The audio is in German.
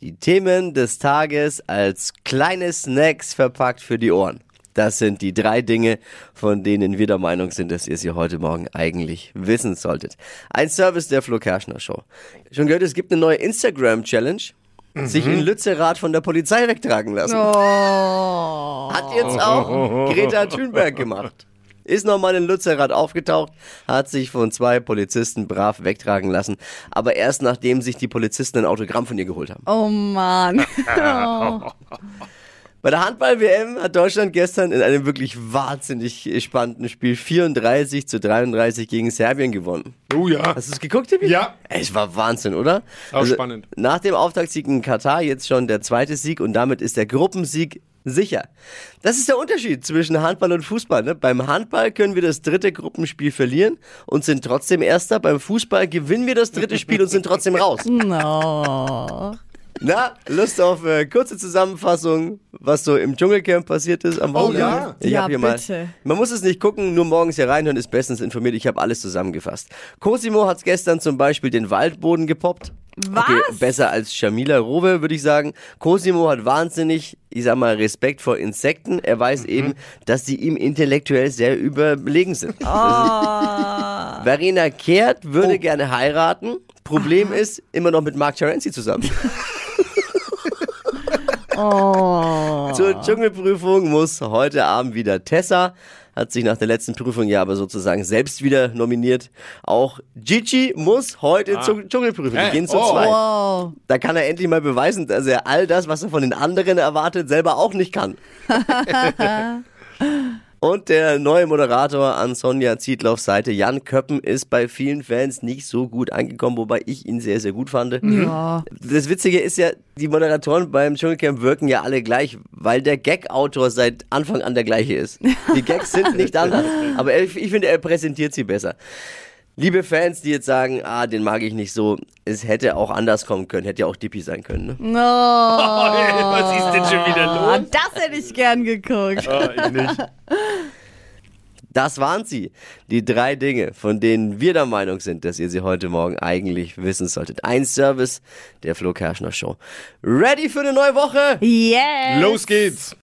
Die Themen des Tages als kleine Snacks verpackt für die Ohren. Das sind die drei Dinge, von denen wir der Meinung sind, dass ihr sie heute Morgen eigentlich wissen solltet. Ein Service der Flo Kerschner Show. Schon gehört, es gibt eine neue Instagram-Challenge. Sich in Lützerath von der Polizei wegtragen lassen. Oh. Hat jetzt auch Greta Thunberg gemacht. Ist nochmal in Lützerath aufgetaucht, hat sich von zwei Polizisten brav wegtragen lassen, aber erst nachdem sich die Polizisten ein Autogramm von ihr geholt haben. Oh Mann. Bei der Handball-WM hat Deutschland gestern in einem wirklich wahnsinnig spannenden Spiel 34 zu 33 gegen Serbien gewonnen. Oh ja. Hast du es geguckt, Tippi? Ja. Ey, Es war Wahnsinn, oder? Also Auch spannend. Nach dem Auftaktsieg in Katar jetzt schon der zweite Sieg und damit ist der Gruppensieg sicher. Das ist der Unterschied zwischen Handball und Fußball. Ne? Beim Handball können wir das dritte Gruppenspiel verlieren und sind trotzdem Erster. Beim Fußball gewinnen wir das dritte Spiel und sind trotzdem raus. No. Na, Lust auf äh, kurze Zusammenfassung, was so im Dschungelcamp passiert ist am Wochenende? ja. Ich Ja, hab hier mal, bitte. Man muss es nicht gucken, nur morgens hier reinhören ist bestens informiert. Ich habe alles zusammengefasst. Cosimo hat gestern zum Beispiel den Waldboden gepoppt. Was? besser als Shamila Rowe, würde ich sagen. Cosimo hat wahnsinnig, ich sag mal, Respekt vor Insekten. Er weiß eben, dass sie ihm intellektuell sehr überlegen sind. Verena Kehrt würde gerne heiraten. Problem ist, immer noch mit Mark Terenzi zusammen. Oh. Zur Dschungelprüfung muss heute Abend wieder Tessa. Hat sich nach der letzten Prüfung ja aber sozusagen selbst wieder nominiert. Auch Gigi muss heute zur Dschungelprüfung. Die Hey, gehen zu oh. zweit. Wow. Da kann er endlich mal beweisen, dass er all das, was er von den anderen erwartet, selber auch nicht kann. Und der neue Moderator an Sonja Zietloffs Seite, Jan Köppen, ist bei vielen Fans nicht so gut angekommen, wobei ich ihn sehr, sehr gut fand. Ja. Das Witzige ist ja, die Moderatoren beim Dschungelcamp wirken ja alle gleich, weil der Gag-Autor seit Anfang an der gleiche ist. Die Gags sind nicht anders, aber er, ich finde, er präsentiert sie besser. Liebe Fans, die jetzt sagen, ah, den mag ich nicht so, es hätte auch anders kommen können, hätte ja auch Dippy sein können. Ne? No. Was ist denn schon wieder los? Das hätte ich gern geguckt. äh, ich nicht. Das waren sie. Die drei Dinge, von denen wir der Meinung sind, dass ihr sie heute Morgen eigentlich wissen solltet. Ein Service der Flo Kerschner Show. Ready für eine neue Woche! Yes. Los geht's.